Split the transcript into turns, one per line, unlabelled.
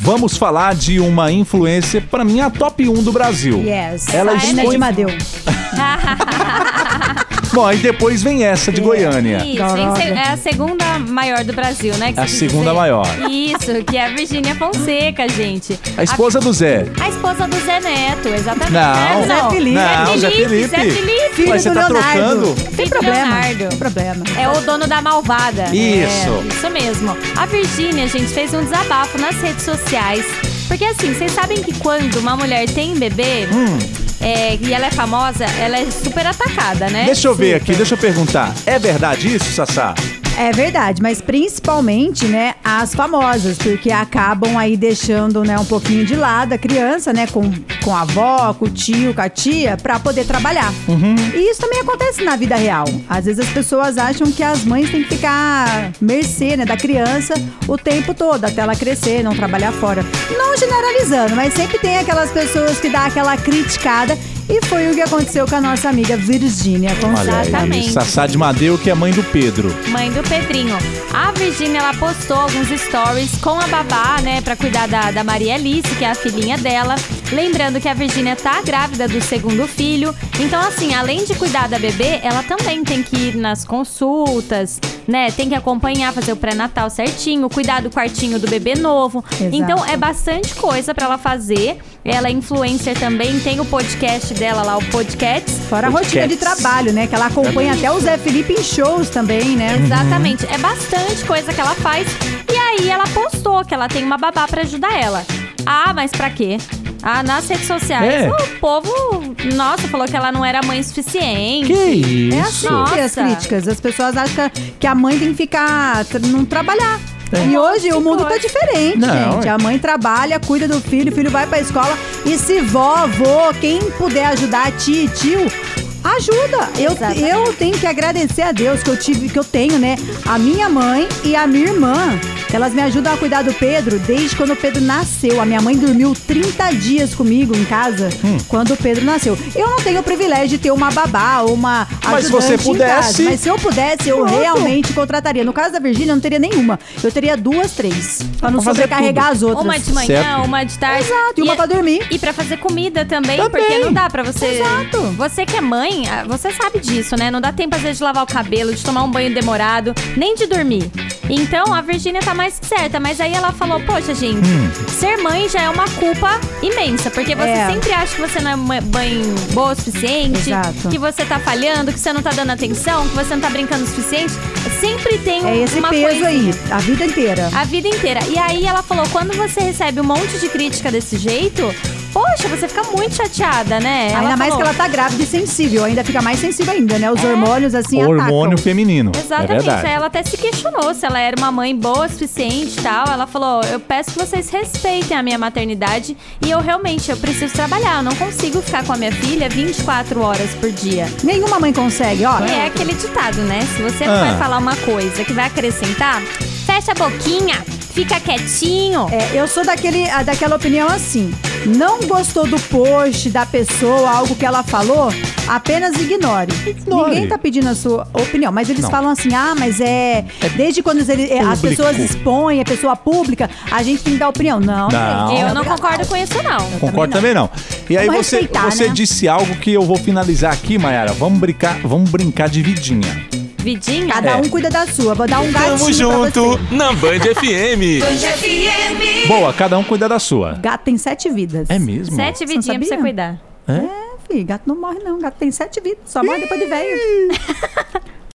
Vamos falar de uma influencer, pra mim, a top 1 do Brasil.
Yes.
Ela
Ana
expõe-
de Madeu.
Bom, aí depois vem essa de Goiânia.
Isso, tem que ser- é a segunda maior do Brasil, né? que
É A
se diz
segunda
dizer.
maior.
Isso, que é a Virgínia Fonseca, gente.
A esposa do Zé.
A esposa do Zé Neto, exatamente. É,
Não.
Zé
Zé Felipe.
Não, Zé Felipe.
Zé Felipe.
Filho
Mas você
do
tá
Leonardo.
trocando?
Tem
Filho do
problema.
Leonardo.
Tem problema.
É o dono da malvada.
Isso.
É, isso mesmo. A Virgínia, gente, fez um desabafo nas redes sociais. Porque assim, vocês sabem que quando uma mulher tem um bebê
Hum.
é, e ela é famosa, ela é super atacada, né?
Deixa eu ver
Super.
aqui, deixa eu perguntar. É verdade isso, Sassá?
É verdade, mas principalmente, né, as famosas, porque acabam aí deixando, né, um pouquinho de lado a criança, né, com, com a avó, com o tio, com a tia, pra poder trabalhar. E isso também acontece na vida real. Às vezes as pessoas acham que as mães têm que ficar à mercê, né, da criança o tempo todo, até ela crescer, não trabalhar fora. Não generalizando, mas sempre tem aquelas pessoas que dá aquela criticada e foi o que aconteceu com a nossa amiga Virgínia
Olha
Gonçalves.
aí,
Exatamente.
Sassá de Madeu, que é mãe do Pedro.
Mãe do Pedrinho. A Virgínia, ela postou alguns stories com a babá, né, pra cuidar da, da Maria Alice, que é a filhinha dela. Lembrando que a Virgínia tá grávida do segundo filho. Então, assim, além de cuidar da bebê, ela também tem que ir nas consultas, né? Tem que acompanhar, fazer o pré-natal certinho, cuidar do quartinho do bebê novo.
Exato.
Então, é bastante coisa pra ela fazer. Ela é influencer também, tem o podcast dela lá, o Podcasts.
Fora a rotina de
Podcasts.
trabalho, né? Que ela acompanha até o Zé Felipe em shows também, né?
Exatamente. É bastante coisa que ela faz. E aí ela postou que ela tem uma babá pra ajudar ela. Ah, mas pra quê? Ah, nas redes sociais,
É.
o povo, nossa, falou que ela não era mãe suficiente.
Que isso?
É assim
Nossa.
que as críticas. As pessoas acham que a mãe tem que ficar, tra- não trabalhar.
É.
E hoje o mundo tá
coisa.
diferente,
Não,
gente.
é.
A mãe trabalha, cuida do filho, o filho vai pra escola. E se vó, avô, quem puder ajudar, tia e tio, ajuda.
Exatamente.
Eu, eu tenho que agradecer a Deus que eu tive, que eu tenho, né? A minha mãe e a minha irmã. Elas me ajudam a cuidar do Pedro desde quando o Pedro nasceu. A minha mãe dormiu 30 dias comigo em casa
Hum.
quando o Pedro nasceu. Eu não tenho o privilégio de ter uma babá ou uma
Mas se
ajudante
você
em casa,
pudesse-
mas se eu pudesse, eu realmente contrataria. No caso da Virgínia, eu não teria nenhuma. Eu teria duas, três. Pra não
Pra fazer
sobrecarregar as outras.
Uma de manhã,
Certo.
uma de tarde.
Exato, e uma pra dormir.
E é pra fazer comida também,
Também.
porque não dá pra você.
Exato.
Você que é mãe, ah, você sabe disso, né? Não dá tempo às vezes de lavar o cabelo, de tomar um banho demorado, nem de dormir. Então a Virgínia tá mais que certa, mas aí ela falou: Poxa, gente, ser mãe já é uma culpa imensa, porque você
Hum. É.
sempre acha que você não é mãe- mãe boa o suficiente,
Exato.
que você tá falhando, que você não tá dando atenção, que você não tá brincando o suficiente. Sempre tem um-
É esse
uma
peso
coisinha.
aí, a vida inteira.
A vida inteira. E aí ela falou, quando você recebe um monte de crítica desse jeito, poxa, você fica muito chateada, né?
ainda mais que ela tá grávida e sensível, ainda fica mais sensível ainda, né? Os hormônios assim
Hormônio
atacam.
feminino. É
Exatamente,
verdade.
aí ela até se questionou se ela era uma mãe boa o suficiente e tal. Ela falou: Eu peço que vocês respeitem a minha maternidade e eu realmente eu preciso trabalhar. Eu não consigo ficar com a minha filha 24 horas por dia.
Nenhuma mãe consegue, ó.
E é aquele ditado, né? Se você
Ah.
não vai falar uma coisa que vai acrescentar, fecha a boquinha, fica quietinho.
É, eu sou daquele, ah, daquela opinião assim. Não gostou do post da pessoa, algo que ela falou, apenas ignore.
Ignore.
Ninguém tá pedindo a sua opinião, mas eles
Não.
falam assim: ah, mas é. Desde quando ele- é, as
público.
pessoas expõem, é pessoa pública, a gente tem que dar opinião. Não,
Não.
gente,
eu não
obrigada.
concordo com isso, não.
Concordo também não. E aí
Vamos
você,
respeitar,
você
né?
disse algo que eu vou finalizar aqui, Mayara. Vamos brincar, vamos brincar de vidinha.
Vidinha?
Cada
É.
um cuida da sua. Vou dar um gatinho.
Tamo
pra
junto
você.
na Band FM.
Boa, cada um cuida da sua.
Gato tem sete vidas.
É mesmo?
Sete vidinhas pra
sabia?
você cuidar.
É, filho, gato não morre, não. Gato tem sete vidas. Só morre depois de velho.